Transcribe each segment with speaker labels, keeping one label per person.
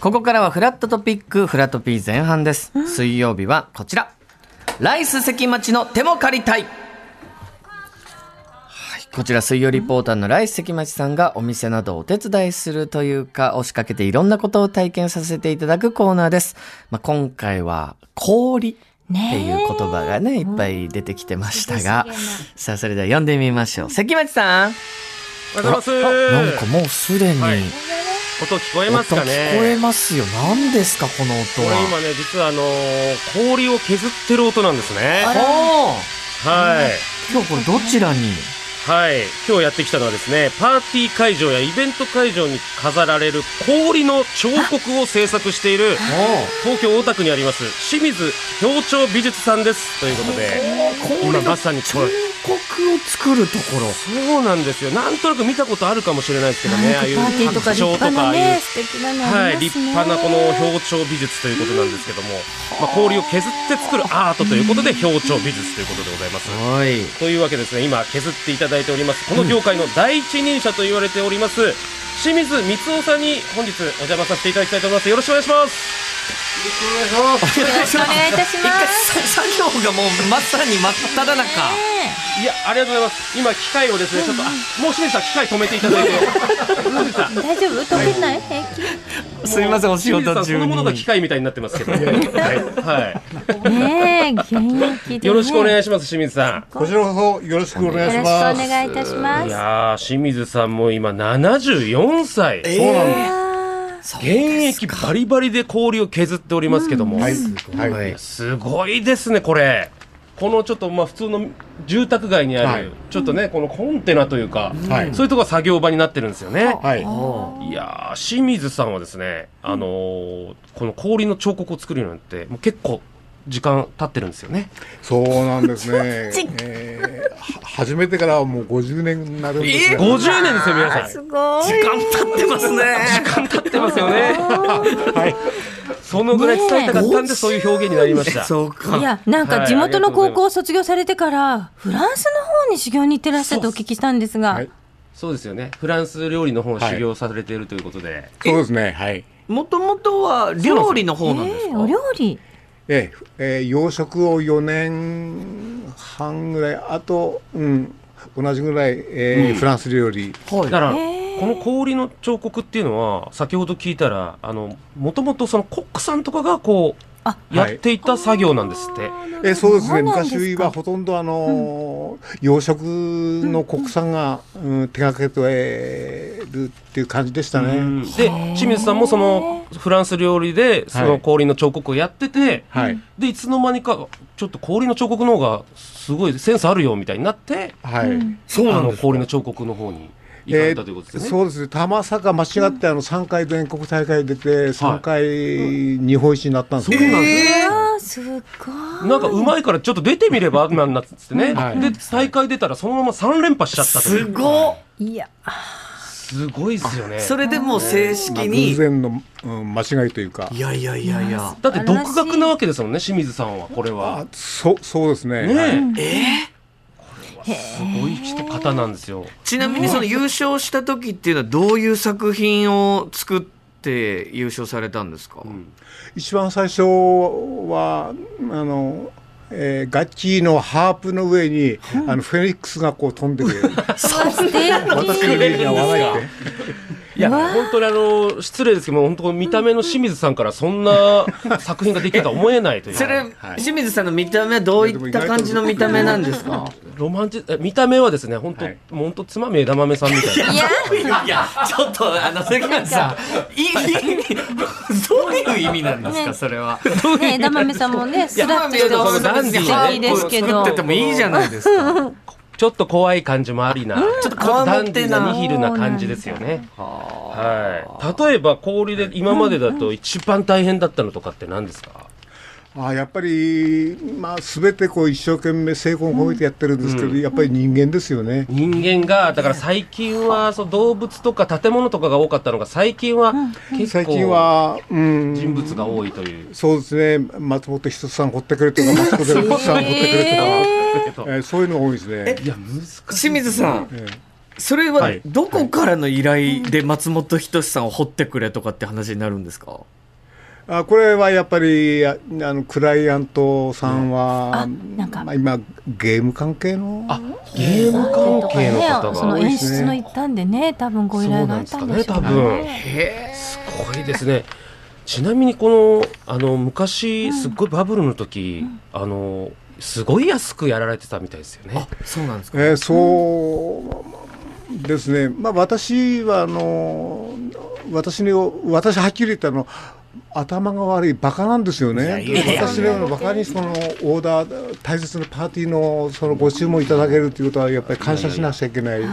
Speaker 1: ここからはフラットトピック、フラトピー前半です。水曜日はこちら。ライス関町の手も借りたい。こちら水曜リポーターの来石町さんがお店などお手伝いするというか、押しかけていろんなことを体験させていただくコーナーです。まあ、今回は氷っていう言葉がね、いっぱい出てきてましたが、うん、さあそれでは読んでみましょう。関町さん。
Speaker 2: おはようございます
Speaker 1: なんかもうすでに、はい、
Speaker 2: 音聞こえますかね
Speaker 1: 聞こえますよ。何ですか、この音は。
Speaker 2: 今ね、実はあのー、氷を削ってる音なんですね。はい。
Speaker 1: 今日これどちらに
Speaker 2: はい。今日やってきたのはですね、パーティー会場やイベント会場に飾られる氷の彫刻を制作して いる、東京大田区にあります、清水氷彫美術さんです。ということで、
Speaker 1: 今まさに彫刻を作るところ。
Speaker 2: そうなんですよ。なんとなく見たことあるかもしれないですけどね、ああいう、
Speaker 3: 発祥とか、ああいう、はい
Speaker 2: 立派なこの氷彫美術ということなんですけども、まあ、氷を削って作るアートということで、氷彫美術ということでございます。はい。というわけですね、今削っていただいておりますこの業界の第一人者と言われております、うん、清水光雄さんに本日お邪魔させていただきたいと思いますよろしくお願いします
Speaker 3: よろしくお願いします。いいます
Speaker 1: 作業がもうまさに真っ只中。
Speaker 2: いやありがとうございます。今機械をですね、ちょっともう清水さん機械止めていただいて。
Speaker 3: 大丈夫止めない？平。
Speaker 1: 気。 すみませんお仕事中
Speaker 2: に。ものが機械みたいになってますけど。はい
Speaker 3: ね元気。
Speaker 2: よろしくお願いします清水さ
Speaker 4: ん。こちらこそよろしくお願いします
Speaker 3: お願いいたします。い
Speaker 2: や清水さんも今74歳。
Speaker 4: そうなんです。
Speaker 2: 現役バリバリで氷を削っておりますけども、うん、はい、すごいですねこれこのちょっとまあ普通の住宅街にある、ちょっとねこのコンテナというか、そういうとこが作業場になってるんですよね、はい、いや清水さんはですねあのー、この氷の彫刻を作るようになってもう結構時間経ってるんですよね。
Speaker 4: そうなんですね。えー、始めてからもう50年になるんですね。
Speaker 2: 50年ですよ皆さん。
Speaker 3: 時
Speaker 1: 間経ってますね。
Speaker 2: 時間経ってますよね。はい。 そのぐらい伝えたかったんで、そういう表現になりました。
Speaker 3: いや、なんか地元の高校を卒業されてから、フランスの方に修行に行ってらっしゃるとお聞きしたんですが。
Speaker 2: そうですよね。フランス料理の方を修行されているということで。
Speaker 4: そうですね。はい。
Speaker 1: もともとは料理の方なんですか。
Speaker 3: お料理。
Speaker 4: ええー、養殖を4年半ぐらいあと、うん、同じぐらい、えー、うん、フランス料理、、
Speaker 2: はい、だからこの氷の彫刻っていうのは先ほど聞いたらもともとそのコックさんとかがこうやっていた作業なんですって、はい
Speaker 4: えー、そうですね昔はほとんどあのー、うん、養殖のコックさんが、うん、うん、手がけてるっていう感じでしたね、
Speaker 2: で清水さんもそのフランス料理でその氷の彫刻をやってて、はい、でいつの間にかちょっと氷の彫刻の方がすごいセンスあるよみたいになって、
Speaker 4: はい、
Speaker 2: そうなの氷の彫刻の方に。えー、
Speaker 4: そうですね、たまさか間違ってあの3回全国大会出て、3回日本一になったんです
Speaker 3: よ、ねはい、す
Speaker 2: ごいなんかうまいからちょっと出てみればなんなっつってね、で大会出たら、そのまま3連覇しちゃった
Speaker 1: すご
Speaker 3: いや
Speaker 2: すごいですよね。
Speaker 1: それでも正式に、
Speaker 4: 偶うん、間違いというか。
Speaker 1: いやいやいやいや。
Speaker 2: だって独学なわけですもんね、清水さんは、これは。
Speaker 4: そそうですね。
Speaker 2: ね
Speaker 1: え。
Speaker 2: えー、すごい人方なんですよ。
Speaker 1: ちなみにその優勝した時っていうのはどういう作品を作って優勝されたんですか、うん、
Speaker 4: 一番最初はあのえー、ガッチーのハープの上に、あのフェニックスがこう飛んでく る。
Speaker 2: いや本当にあの失礼ですけど本当見た目の清水さんからそんな作品ができるとは思えないという。
Speaker 1: それ、清水さんの見た目はどういった感じの見た目なんですか。
Speaker 2: ロマンチ見た目はですね本当、本当つまみ枝豆さんみたい
Speaker 1: な。いやちょっとあの関口さんいいどういう意味なんですかそれは。。
Speaker 3: ね枝豆さんもねスラッとして
Speaker 1: ダンディーね、作っててもいいじゃないですか。
Speaker 2: ちょっと怖い感じもありな、ち
Speaker 1: ょっとダンディー
Speaker 2: なニヒルな感じですよね。はい。例えば氷で今までだと一番大変だったのとかって何ですか？
Speaker 4: あやっぱり、まあ、全てこう一生懸命成功を込めてやってるんですけど、うん、やっぱり人間ですよね
Speaker 2: 人間がだから最近はそう動物とか建物とかが多かったのが最近は結構、うん、人物が多いという、
Speaker 4: そうですね松本人志さん掘ってくれとか松本人志さん掘ってくれとか、えー、そういうのが多いですね
Speaker 1: いや難しい清水さん、ええそれはどこからの依頼で松本人志さんを掘ってくれとかって話になるんですか、
Speaker 4: あこれはやっぱりあのクライアントさんは、
Speaker 3: うんあなんか
Speaker 4: まあ、今ゲーム関係の
Speaker 2: あゲーム関係の方
Speaker 3: その
Speaker 2: が
Speaker 4: 多い
Speaker 3: 演
Speaker 4: ですね
Speaker 3: 出の一環でね、多分ご依頼があったんでしょう
Speaker 2: そうなんですすごいですねちなみにこのあの昔すっごいバブルの時、あのすごい安くやられてたみたいですよね。
Speaker 1: そうなんですか。
Speaker 4: えーそうですね、まあ、私はあの私に私はっきり言ったの頭が悪いバカなんですよね。
Speaker 1: いやいや
Speaker 4: 私のようなバカにそのオーダー大切なパーティーのそのご注文いただけるということはやっぱり感謝しなくちゃいけない。うん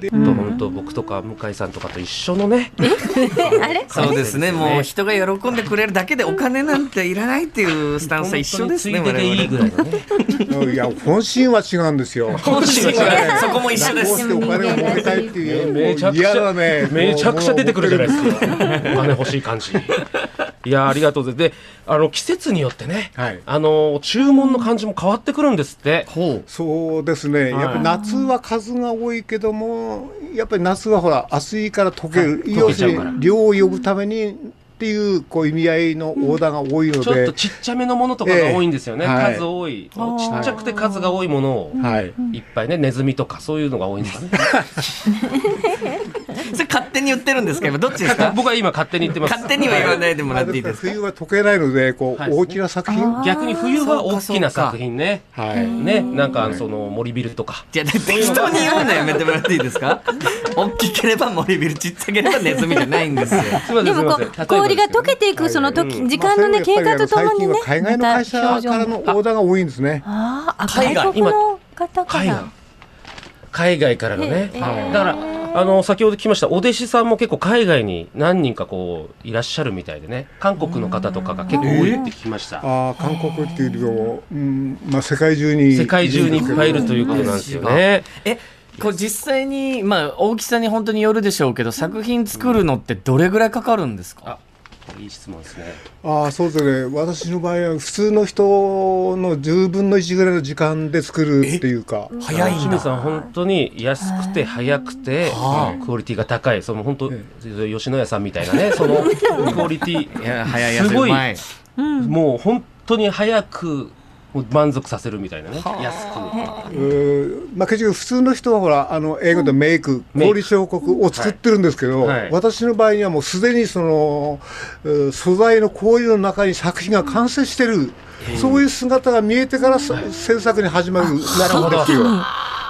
Speaker 4: で
Speaker 2: 本当僕とか向井さんとかと一緒のね。
Speaker 1: そうですね。もう人が喜んでくれるだけでお金なんていらないっていうスタンスは一緒ですね。
Speaker 2: 本当についででいいぐらいのね。
Speaker 4: いや本心は違うんですよ。
Speaker 1: 我々はねそこも一緒
Speaker 4: どう
Speaker 1: です。
Speaker 4: してお金を儲けたいっていう
Speaker 2: めちゃくち
Speaker 4: 嫌
Speaker 2: ゃ、
Speaker 4: だね。
Speaker 2: めちゃくちゃ出てくるじゃないです
Speaker 4: か。
Speaker 2: か。お金欲しい感じ。いやありがとうございます。で、あの季節によってね、
Speaker 4: はい
Speaker 2: あの注文の感じも変わってくるんですって。
Speaker 1: ほ
Speaker 4: そうですね、やっぱり夏は数が多いけども、やっぱり夏はほら、暑いから溶ける、要する
Speaker 2: 溶けちゃうから
Speaker 4: に量を呼ぶためにっていうこう意味合いのオーダーが多いの
Speaker 2: ちょっ
Speaker 4: で
Speaker 2: と、ちっちゃめのものとかが多いんですよね。
Speaker 4: ええはい
Speaker 2: 数多い、
Speaker 3: あ
Speaker 2: ち
Speaker 3: ー
Speaker 2: っちゃくて数が多いものを。
Speaker 4: はい、
Speaker 2: いっぱいね、ネズミとかそういうのが多いんですかね。
Speaker 1: う。それ勝手に言ってるんですけど、どっちですか。
Speaker 2: 僕は今勝手に言ってます。
Speaker 1: 勝手には言わないでもら
Speaker 4: あ
Speaker 1: っていい
Speaker 4: で
Speaker 1: ですか。
Speaker 4: 冬は溶けないので、こう
Speaker 2: はい
Speaker 4: 大きな作品、
Speaker 3: あ
Speaker 4: は
Speaker 2: 逆に冬は大きな
Speaker 1: そうか
Speaker 2: 作品ね。
Speaker 4: い、
Speaker 2: ね、なんかその森ビルとか。
Speaker 1: じゃあ適当に言うのやめてもらっていいです か。大きければ森ビル、ちっちゃければネズミじゃないんですよ。
Speaker 2: すみませ
Speaker 3: で
Speaker 2: ん、すみ
Speaker 3: も
Speaker 2: ま
Speaker 3: こ
Speaker 2: せん。例えばですけ
Speaker 3: う
Speaker 2: どね
Speaker 3: 氷が溶けていくその時、時間のね
Speaker 4: まあ
Speaker 3: 経過とともにね
Speaker 4: そういうのやっぱりあの最近は海外の会社からのオーダーが多いんですね。
Speaker 3: ああ
Speaker 2: 海外
Speaker 3: 外国の方か
Speaker 2: 海外
Speaker 3: ら。
Speaker 2: 海外からのね、
Speaker 3: ええはい
Speaker 2: だからあの先ほど聞きましたお弟子さんも結構海外に何人かこういらっしゃるみたいでね韓国の方とかが結構多いって聞きました、
Speaker 4: あー韓国っていうよりも、うんまあ、世界中に
Speaker 2: 世界中にいっぱいいるということなんですよね
Speaker 1: えこう実際に、まあ、大きさに本当によるでしょうけど作品作るのってどれぐらいかかるんですか、
Speaker 2: いい質問ですね
Speaker 4: ああそうですね私の場合は普通の人の10分の1ぐらいの時間で作るっていうか
Speaker 1: 早いんだ
Speaker 2: 清水さん本当に安くて早くて
Speaker 1: は
Speaker 2: クオリティが高いその本当
Speaker 4: え
Speaker 2: 吉野家さんみたいな ねそのクオリティ
Speaker 1: いや早いや
Speaker 2: す
Speaker 1: つ
Speaker 2: ご
Speaker 1: う
Speaker 2: い
Speaker 1: まい
Speaker 2: もう本当に早くもう満足させるみたいなね安く
Speaker 4: うーまあ、結局普通の人はほらあの英語でメイク、
Speaker 2: メイク
Speaker 4: 氷彫刻を作ってるんですけど、
Speaker 2: はいはい
Speaker 4: 私の場合にはもうすでにそのうー素材の氷の中に作品が完成してる、そういう姿が見えてからさ制作に始まるんです
Speaker 2: なるほど
Speaker 4: よ。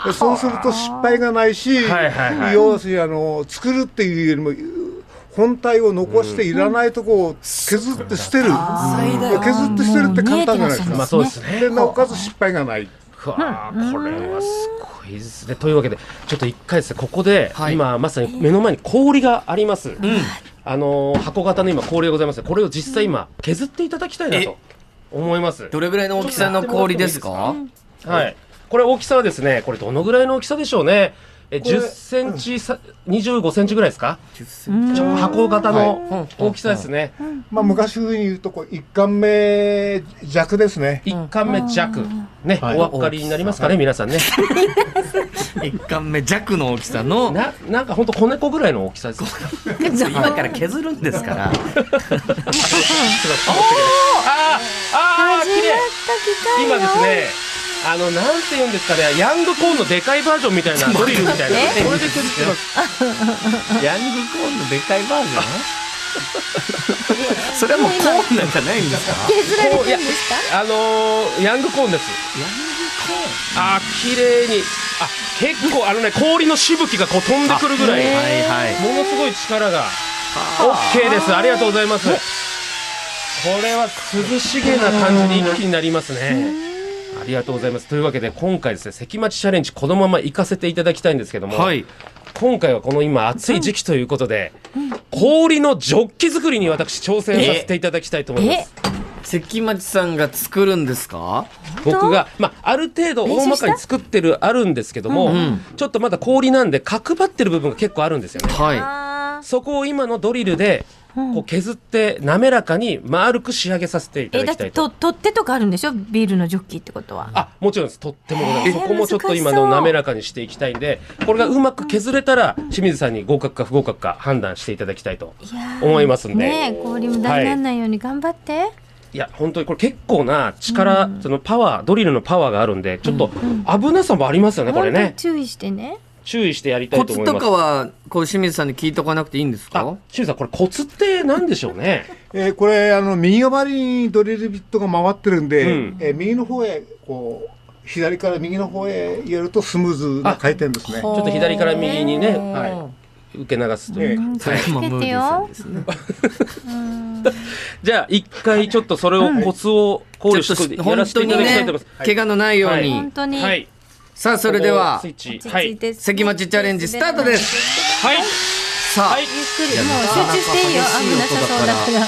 Speaker 4: でそうすると失敗がないし、
Speaker 2: はいはいはい
Speaker 4: 要するにあの作るっていうよりも本体を残していらないとこを削って捨てる、
Speaker 3: あー
Speaker 4: 削って捨てるって簡単じゃないです
Speaker 3: もう見えてらっしゃるん
Speaker 2: ま
Speaker 4: か
Speaker 2: あそうですね
Speaker 4: でなおかつ失敗がない。
Speaker 2: わあ、これはすごいですね。というわけで、ちょっと一回ですね、ここで、
Speaker 1: はい
Speaker 2: 今まさに目の前に氷があります。あのー箱型の今氷がございます。これを実際今削っていただきたいなと思います。
Speaker 1: どれぐらいの大きさの氷ですか
Speaker 2: はい。これ大きさはですね、これどのぐらいの大きさでしょうね。え、10センチさ、25センチぐらいですかちょ箱型の大きさですね。
Speaker 4: まあ、昔風に言うとこう一貫目弱ですね。
Speaker 2: 1貫目弱。ね、
Speaker 4: はい
Speaker 2: お分かりになりますかね、皆さんね。
Speaker 1: 一貫目弱の大きさの
Speaker 2: な、なんかほんと子猫ぐらいの大きさです。
Speaker 1: 今から削るんですから
Speaker 2: ああ、綺麗
Speaker 3: 機械
Speaker 2: 今ですね、あの、なんて言うんですかね、ヤングコーンのでかいバージョンみたいな、ドリルみたいな。これで削ってます。
Speaker 1: ヤングコーンのでかいバージョン それはもうコーンなんじゃないんですか
Speaker 3: 削られてるんですか？
Speaker 2: あのー、ヤングコーンです。ああ、綺麗に。あ、結構、あのね、氷のしぶきがこう飛んでくるぐらい、
Speaker 1: はいはい
Speaker 2: ものすごい力が、オッケーです。ありがとうございます。これは涼しげな感じに一気になりますね。ありがとうございます。というわけで、今回ですね、関町チャレンジ、このまま行かせていただきたいんですけども、
Speaker 1: はい
Speaker 2: 今回はこの今暑い時期ということで、氷のジョッキ作りに私挑戦させていただきたいと思いま
Speaker 3: え
Speaker 2: す。
Speaker 1: 関町さんが作るんですか
Speaker 2: 僕が、まあ、ある程度大まかに作ってるあるんですけども、ちょっとまだ氷なんで角張ってる部分が結構あるんですよね。
Speaker 1: はい
Speaker 3: あ
Speaker 2: そこを今のドリルで、こう削って滑らかに丸く仕上げさせていた
Speaker 3: えだ
Speaker 2: だ
Speaker 3: っ
Speaker 2: きたい
Speaker 3: て
Speaker 2: と。
Speaker 3: と取っ手とかあるんでしょビールのジョッキーってことは
Speaker 2: あ、もちろんです。とってもございます。
Speaker 3: え
Speaker 2: そこもちょっと今
Speaker 3: 難しそ
Speaker 2: の
Speaker 3: う
Speaker 2: 滑らかにしていきたいんで、これがうまく削れたら、清水さんに合格か不合格か判断していただきたいと
Speaker 3: いやー
Speaker 2: 思いますんで。
Speaker 3: ねえ氷無駄にならないように頑張って、
Speaker 2: いや、本当にこれ結構な力、そのパワー、ドリルのパワーがあるんで、ちょっと危なさもありますよね、これ
Speaker 3: 本当に
Speaker 2: ね。
Speaker 3: 注意してね
Speaker 2: 注意してやりた
Speaker 1: コ
Speaker 2: いと
Speaker 1: ツ
Speaker 2: 思います。
Speaker 1: とかは、こう、清水さんに聞いとかなくていいんです
Speaker 2: あ
Speaker 1: か、
Speaker 2: 清水さん、これコツって何でしょう ね。
Speaker 4: えーこれあの右側にドリルビットが回ってるんで、
Speaker 2: うん
Speaker 4: えー右の方へこう左から右の方へやるとスムーズな回転ですね。
Speaker 2: ょっと左から右にねは受け流すという。
Speaker 4: えー
Speaker 1: それもムーディーさんですね。
Speaker 2: じゃあ、一回ちょっとそれをコツを考慮
Speaker 1: ちょっ
Speaker 2: し
Speaker 1: と
Speaker 2: てやら
Speaker 1: 本
Speaker 2: せて
Speaker 1: 当
Speaker 2: い
Speaker 1: に
Speaker 2: ただきたい
Speaker 1: ね
Speaker 2: と思います。、
Speaker 1: 怪我のないよう
Speaker 2: はい
Speaker 1: に
Speaker 3: 本。当に、
Speaker 2: はい。
Speaker 1: さあ、それでは
Speaker 2: スイ、ッチ。
Speaker 3: 落ち
Speaker 2: は
Speaker 3: 着い
Speaker 2: い。
Speaker 3: て
Speaker 1: 関町チャレンジスタートです。
Speaker 2: はい。
Speaker 1: さあ
Speaker 2: はい、。
Speaker 3: ゆっくりもう集中していいよ
Speaker 1: いや
Speaker 3: 危な
Speaker 1: なんか激しい音
Speaker 3: さそ
Speaker 1: だか
Speaker 3: うだ
Speaker 1: ら
Speaker 3: か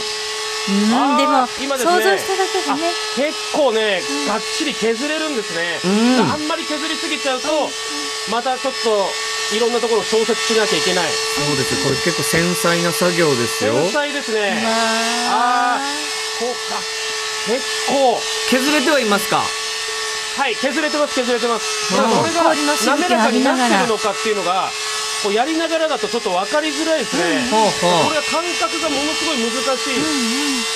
Speaker 3: らうんで
Speaker 2: あ
Speaker 3: も
Speaker 2: ー今ですね
Speaker 3: 想像しただけでね
Speaker 2: 結構ね、がっちり削れるんですね。
Speaker 1: うん
Speaker 2: あんまり削りすぎちゃうと、またちょっと、いろんなところを調節しなきゃいけない。
Speaker 1: そうですよ。これ結構繊細な作業ですよ。
Speaker 2: 繊細ですね。あー、こうか。結構。
Speaker 1: 削れてはいますか
Speaker 2: はい、削れてます、削れてます。
Speaker 1: うん
Speaker 2: ただそれが
Speaker 3: 氷のしぶき
Speaker 2: 滑らかになっ
Speaker 3: 浴びなが
Speaker 2: て
Speaker 3: ら
Speaker 2: るのかっていうのが、こうやりながらだとちょっと分かりづらいですね。
Speaker 1: ほう
Speaker 2: こ
Speaker 1: ほ
Speaker 2: れは感覚がものすごい難しい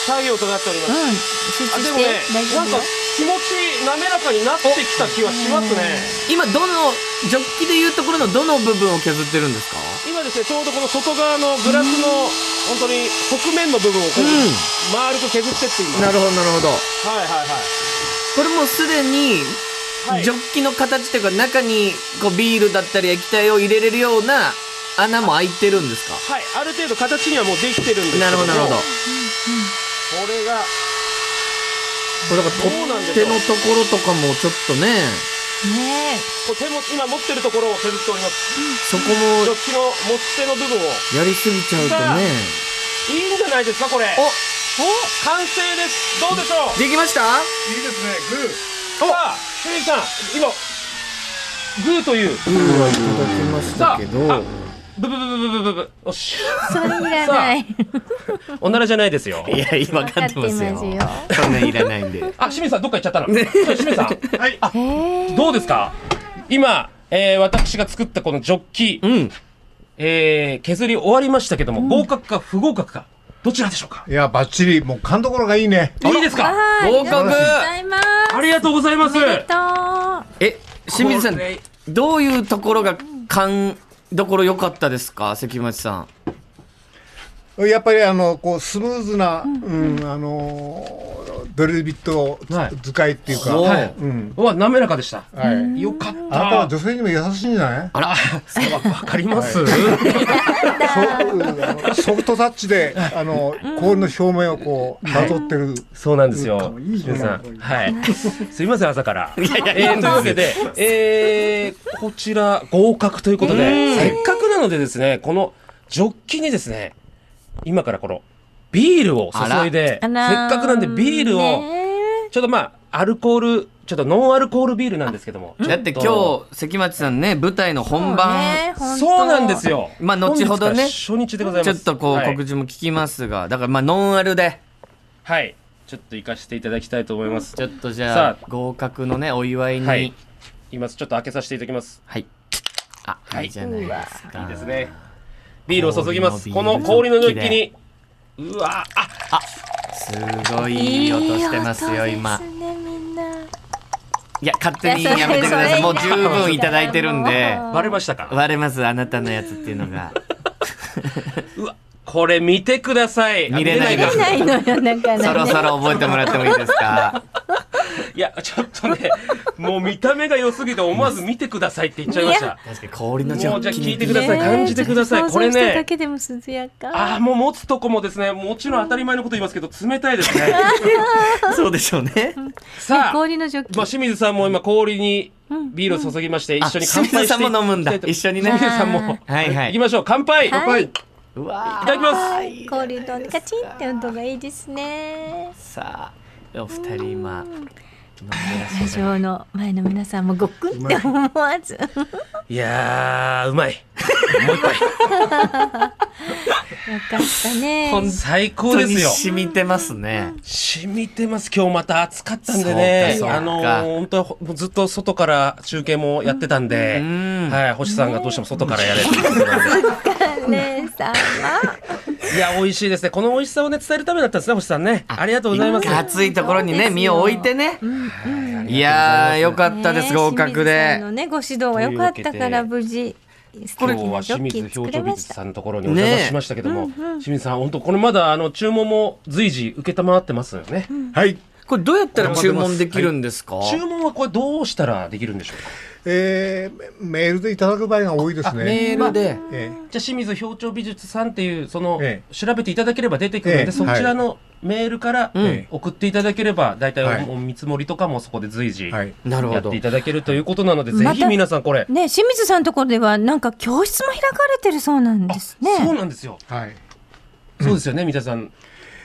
Speaker 2: 作業となっており
Speaker 3: う
Speaker 2: ます。
Speaker 3: ん集
Speaker 2: あ
Speaker 3: 中
Speaker 2: で
Speaker 3: し
Speaker 2: もね
Speaker 3: て大、丈
Speaker 2: なん
Speaker 3: 夫
Speaker 2: か
Speaker 3: よ
Speaker 2: 気持ち滑らかになってきた気はしますね。
Speaker 1: う。今、どの、ジョッキでいうところのどの部分を削ってるんですか
Speaker 2: 今ですね、ちょうどこの外側のグラスの、本当に側面の部分をこう、
Speaker 1: うん
Speaker 2: 丸く削ってっています。
Speaker 1: なるほど、なるほど。
Speaker 2: はいはいはい。
Speaker 1: これもうすでに、
Speaker 2: はい
Speaker 1: ジョッキの形というか中にこうビールだったり液体を入れれるような穴も開いてるんですか
Speaker 2: はい、ある程度形にはもうできてるんですけども
Speaker 1: なるほどなるほど
Speaker 2: これが、
Speaker 1: これだから
Speaker 2: そうなんです
Speaker 1: 取
Speaker 2: よ
Speaker 1: っ手のところとかもちょっとね
Speaker 3: ね
Speaker 2: こう手も今持ってるところを削っておりま
Speaker 1: そ
Speaker 2: す。
Speaker 1: こ
Speaker 2: ジョ
Speaker 1: も
Speaker 2: ッキの持ち手の部分を。
Speaker 1: やりすぎちゃうとね
Speaker 2: いいんじゃないですか、これ。
Speaker 1: お
Speaker 2: 完成です。どうでしょう。
Speaker 1: できました
Speaker 4: いいですねグー。
Speaker 2: さあ、清水さん、今。グーという。
Speaker 1: うーはいただきまし
Speaker 2: さ
Speaker 1: た
Speaker 2: あ、
Speaker 1: け
Speaker 2: あ
Speaker 1: ど
Speaker 2: ブブブブブブブブ。おっし。
Speaker 3: それいらない
Speaker 2: おならじゃないですよ。
Speaker 1: いや今
Speaker 3: 分かってますよ
Speaker 1: そんなんいらないん で
Speaker 2: あ、清水さん、どっか行っちゃったの。清水さん。はい。あ、
Speaker 3: へー
Speaker 2: どうですか。今、えー、私が作ったこのジョッキ。
Speaker 1: うん
Speaker 2: えー、削り終わりましたけども、合格か不合格か。どちらでしょうか。
Speaker 4: いやバッチリもう勘どころがいいね。
Speaker 2: いいですか。
Speaker 3: あーあり
Speaker 1: 合
Speaker 3: がとうご
Speaker 1: 格
Speaker 3: ざいます
Speaker 2: ありがとうございます。
Speaker 3: おめでとう
Speaker 1: え清水さん
Speaker 2: これ
Speaker 1: どういうところが勘どころ良かったですか関町さん
Speaker 4: やっぱりあのこうスムーズな、うんあのードリルビットをつ、
Speaker 2: はい
Speaker 4: 使いっていうか。
Speaker 1: お
Speaker 4: は
Speaker 1: ー
Speaker 4: い。うん。
Speaker 2: うわ、滑らかでした。
Speaker 4: はい。
Speaker 2: よかった。
Speaker 4: あなたは女性にも優しいんじゃない？
Speaker 1: あら
Speaker 2: わかります。
Speaker 4: そううんあのソフトタッチで、あの、氷の表面をこう、なぞってる。
Speaker 2: そうなんですよ。
Speaker 4: いいじゃん
Speaker 2: 皆さん、はい。 すいません朝から。えーというわけで、えーこちら合格ということで、せっかくなのでですね、このジョッキにですね、今からこのビールを注いで、せ
Speaker 3: あ
Speaker 2: っ
Speaker 3: らー
Speaker 2: かくなんでビールを
Speaker 3: ね
Speaker 2: ちょっとまあアルコールちょっとノンアルコールビールなんですけども、
Speaker 1: だって今日関町さんね舞台の
Speaker 3: え
Speaker 1: 本番
Speaker 3: そうね本当
Speaker 2: そうなんですよ。
Speaker 1: まあ後ほどね
Speaker 2: 本日から初日でございま
Speaker 1: ちょ
Speaker 2: す。
Speaker 1: っとこう
Speaker 2: はい
Speaker 1: 告知も聞きますが、だからまあノンアルで
Speaker 2: はい。ちょっと行かせていただきたいと思います。
Speaker 1: ちょっとじ
Speaker 2: さ
Speaker 1: ゃあ
Speaker 2: あ
Speaker 1: 合格のねお祝いに
Speaker 2: は
Speaker 1: はいい、。
Speaker 2: 今ちょっと開けさせていただきます。
Speaker 1: あ、
Speaker 2: はい
Speaker 1: いいじゃないですか
Speaker 2: いいですね。ビールを注ぎます。こ
Speaker 1: 氷のビー
Speaker 2: の
Speaker 1: ル
Speaker 2: 氷のジョッキに。うわあ、
Speaker 1: すごいいい音してますよ今
Speaker 3: いい音ですねみんない
Speaker 1: や勝手にやめてくださいもう十分いただいてるんで
Speaker 2: バレましたか。
Speaker 1: 割れますあなたのやつっていうのが
Speaker 2: うわ、これ見てください。あ
Speaker 1: 見れない
Speaker 2: 見
Speaker 1: が
Speaker 2: れ
Speaker 3: ないのよなか
Speaker 1: そ
Speaker 3: な
Speaker 1: ろ
Speaker 3: かね
Speaker 1: そろ覚えてもらってもいいですか
Speaker 2: いや、ちょっとね、もう見た目が良すぎて思わず見てくださいって言っちゃいました。
Speaker 1: 確かに氷のジョ
Speaker 2: もうじゃ
Speaker 1: ッ
Speaker 2: あ
Speaker 1: キ
Speaker 2: 聞いて
Speaker 1: に
Speaker 2: ください。
Speaker 3: ね
Speaker 2: 感じてください。これ
Speaker 3: 想像しただ
Speaker 2: ね。
Speaker 3: けでも涼やか
Speaker 2: ああ、もう持つとこもですね、もちろん当たり前のこと言いますけど、冷たいで すね。
Speaker 1: そうでしょうね
Speaker 2: さあ、
Speaker 3: 氷のジョッキ
Speaker 2: まあ、清水さんも今氷にビールを注ぎまして、一緒に乾杯して
Speaker 1: あ清水さんも飲むんだ
Speaker 2: いきたいと
Speaker 1: 一緒にね
Speaker 2: 清水さんも。
Speaker 1: はいは
Speaker 2: 行き
Speaker 1: い
Speaker 2: ましょう。乾杯。
Speaker 3: はい
Speaker 2: い。
Speaker 1: うわ
Speaker 2: ただきます。
Speaker 3: 氷のカチンって音がいいですね
Speaker 1: ーさあお二人今
Speaker 3: ラジオの前の皆さんもごっくんって思わず。
Speaker 2: いやうまい。もう一杯。
Speaker 3: よかったね。
Speaker 2: 最高ですよ。
Speaker 1: 染みてますね。
Speaker 2: 染みてます。今日また暑かったんでね。あの本当ずっと外から中継もやってたんで、はい、星さんがどうしても外からやれって
Speaker 3: ねさ
Speaker 2: いや、美味しいですね。この美味しさをね、伝えるためだったんですね、星さんね。ありがとうございます。
Speaker 1: 暑いところにね、身を置いてね。いやよかったです、合格で。
Speaker 3: のね、ご指導は良かったから、無事。
Speaker 2: これ今日は清水表情美術さんのところにお邪魔しましたけども、清水さん本当これまだあの注文も随時受ってますよね、
Speaker 4: はい
Speaker 1: これどうやったら注文できるんですか、
Speaker 2: 注文はこれどうしたらできるんでしょうか
Speaker 4: えー、メールでいただく場合が多いですね
Speaker 1: メールで、
Speaker 2: えー、じゃあ清水表情美術さんっていうその、調べていただければ出てくるので、そちらのメールから送っていただければ、大体お見積もりとかもそこで随時やっていただけるということなので、ぜひ皆さんこれ。
Speaker 3: ね、清水さんところでは、なんか教室も開かれてるそうなんですね。
Speaker 2: そうなんですよ。はい。そうですよね、三田さん。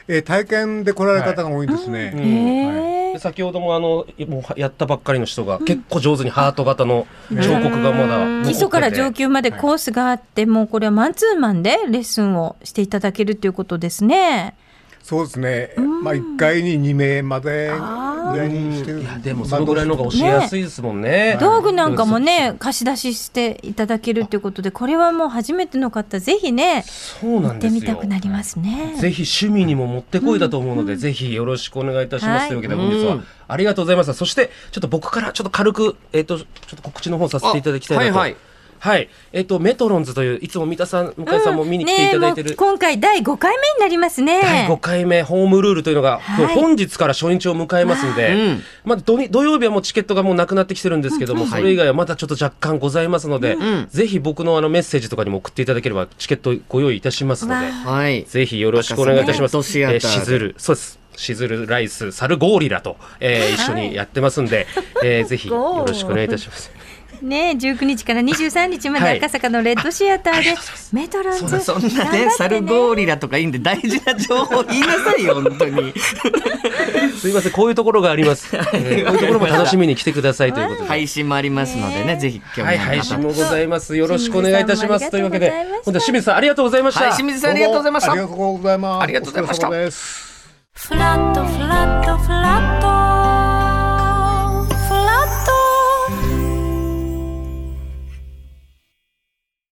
Speaker 4: えー、体験で来られる方が多いんです
Speaker 2: ね。先ほどもあのもうやったばっかりの人が結構上手にハート型の彫刻がまだ
Speaker 3: 基礎から上級までコースがあって、もうこれはマンツーマンでレッスンをしていただけるということですね。
Speaker 4: そうですね、まあ1回に2名までぐらいにしてる
Speaker 2: いやでもそのぐらいの方が教えやすいですもんね、ね、
Speaker 3: 道具なんかもね貸し出ししていただけるということでこれはもう初めての方ぜひね
Speaker 2: そうなん
Speaker 3: ですよってみたくなりますね
Speaker 2: ぜひ趣味にももってこいだと思うので、ぜひよろしくお願いいたします、はい、というわけで本日はありがとうございましたそしてちょっと僕からちょっと軽くえっ、ー、とちょっと告知の方させていただきたいなとはい、はいはい、えっ、ー、とメトロンズといういつも三田さん向井さんも見に来ていただいてる、うんね、
Speaker 3: 今回第5回目になりますね
Speaker 2: 第5回目ホームルールというのが、はい、本日から初日を迎えますので、うん、まあ土土曜日はもうチケットがもうなくなってきてるんですけども、うんうん、それ以外はまだちょっと若干ございますので、うん、ぜひ僕のあのメッセージとかにも送っていただければチケットご用意いたしますので、はい、ぜひよろしくお願いいたします。
Speaker 1: ね、えー、
Speaker 2: しずるそうですシズルライスサルゴーリラと、えー、はい、一緒にやってますんで、 えー、ぜひよろしくお願いいたします。
Speaker 3: ね、19日から23日まで赤坂のレッドシアタ ーで、メトロンズ、
Speaker 1: はい、そんなねサルゴーリラとかいいんで大事な情報言いなさいよ本当に
Speaker 2: すいませんこういうところがあります、 えー、こういうところも楽しみに来てくださいということで
Speaker 1: 配信もありますのでねぜひ、
Speaker 2: 興味配信もございますよろしくお願いいたしますというわけで本日清水さんありがとうございました、はい
Speaker 1: 清水さんありがとうございましたあ
Speaker 4: りがとうございます
Speaker 1: ありがとうございました
Speaker 3: フラットフラットフラット